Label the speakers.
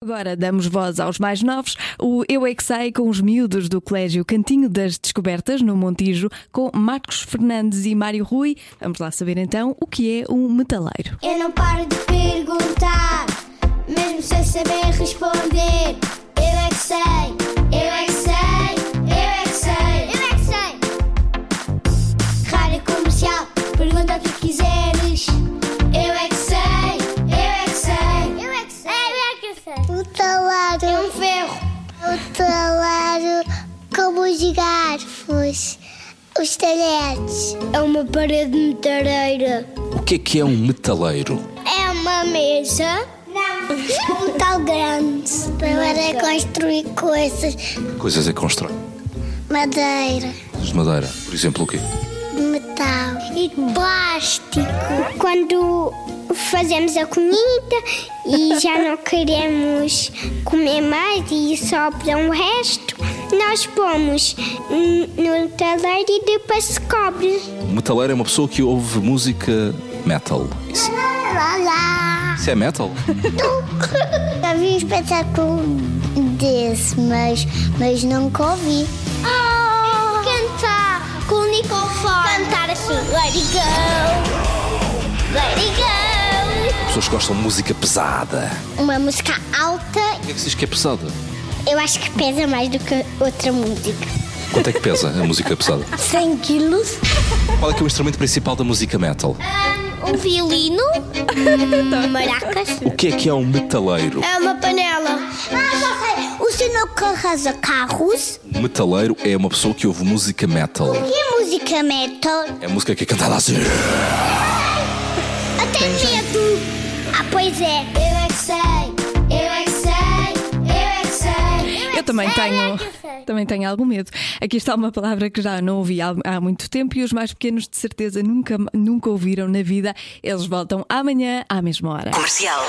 Speaker 1: Agora damos voz aos mais novos, o Eu é que Sei com os miúdos do Colégio Cantinho das Descobertas, no Montijo, com Marcos Fernandes e Mário Rui. Vamos lá saber então o que é um metaleiro.
Speaker 2: Eu não paro de perguntar, mesmo sem saber responder. Eu é que sei, eu é que sei, eu é que sei, eu é que sei. Rádio comercial, pergunta o que quiseres. Eu é que sei, eu é que sei, eu é que sei, eu é que sei.
Speaker 3: O talado,
Speaker 2: É um ferro.
Speaker 3: o talado como os garfos, os talheres.
Speaker 2: É uma parede metaleira.
Speaker 4: O que é que é um metaleiro?
Speaker 2: É uma mesa? Não. Um tal grande.
Speaker 3: Para construir coisas,
Speaker 4: Coisas é que constrói.
Speaker 3: madeira,
Speaker 4: Coisas de madeira, por exemplo, o quê?
Speaker 3: metal e plástico.
Speaker 2: Quando fazemos a comida e já não queremos comer mais e sobram o resto, nós pomos hum, no talher e depois se cobre.
Speaker 4: Um metaleiro é uma pessoa que ouve música metal. Isso,
Speaker 3: Lá, lá.
Speaker 4: isso é metal?
Speaker 3: Já vi um espetáculo desse, mas, mas nunca ouvi.
Speaker 2: Oh! Cantar com o Nicofone. Cantar assim, let it go, let it go.
Speaker 4: Pessoas que gostam de música pesada.
Speaker 3: Uma música alta,
Speaker 4: O que é que se diz que é pesada?
Speaker 3: eu acho que pesa mais do que outra música.
Speaker 4: Quanto é que pesa a música pesada?
Speaker 3: 100 quilos?
Speaker 4: Qual é que é o instrumento principal da música metal?
Speaker 2: Um violino, maracas.
Speaker 4: O que é que é um metaleiro?
Speaker 2: É uma panela.
Speaker 3: Ah, já sei! O senhor que arrasa carros?
Speaker 4: Um metaleiro é uma pessoa que ouve música metal.
Speaker 3: E a música metal?
Speaker 4: É a música que é cantada assim.
Speaker 3: Eu tenho medo! Ah, pois é!
Speaker 2: Eu é que sei, eu é que sei, eu é que sei.
Speaker 1: Eu também tenho,
Speaker 2: que sei.
Speaker 1: também tenho algum medo. Aqui está uma palavra que já não ouvi há, há muito tempo e os mais pequenos de certeza nunca, nunca ouviram na vida. Eles voltam amanhã à mesma hora.
Speaker 5: Comercial.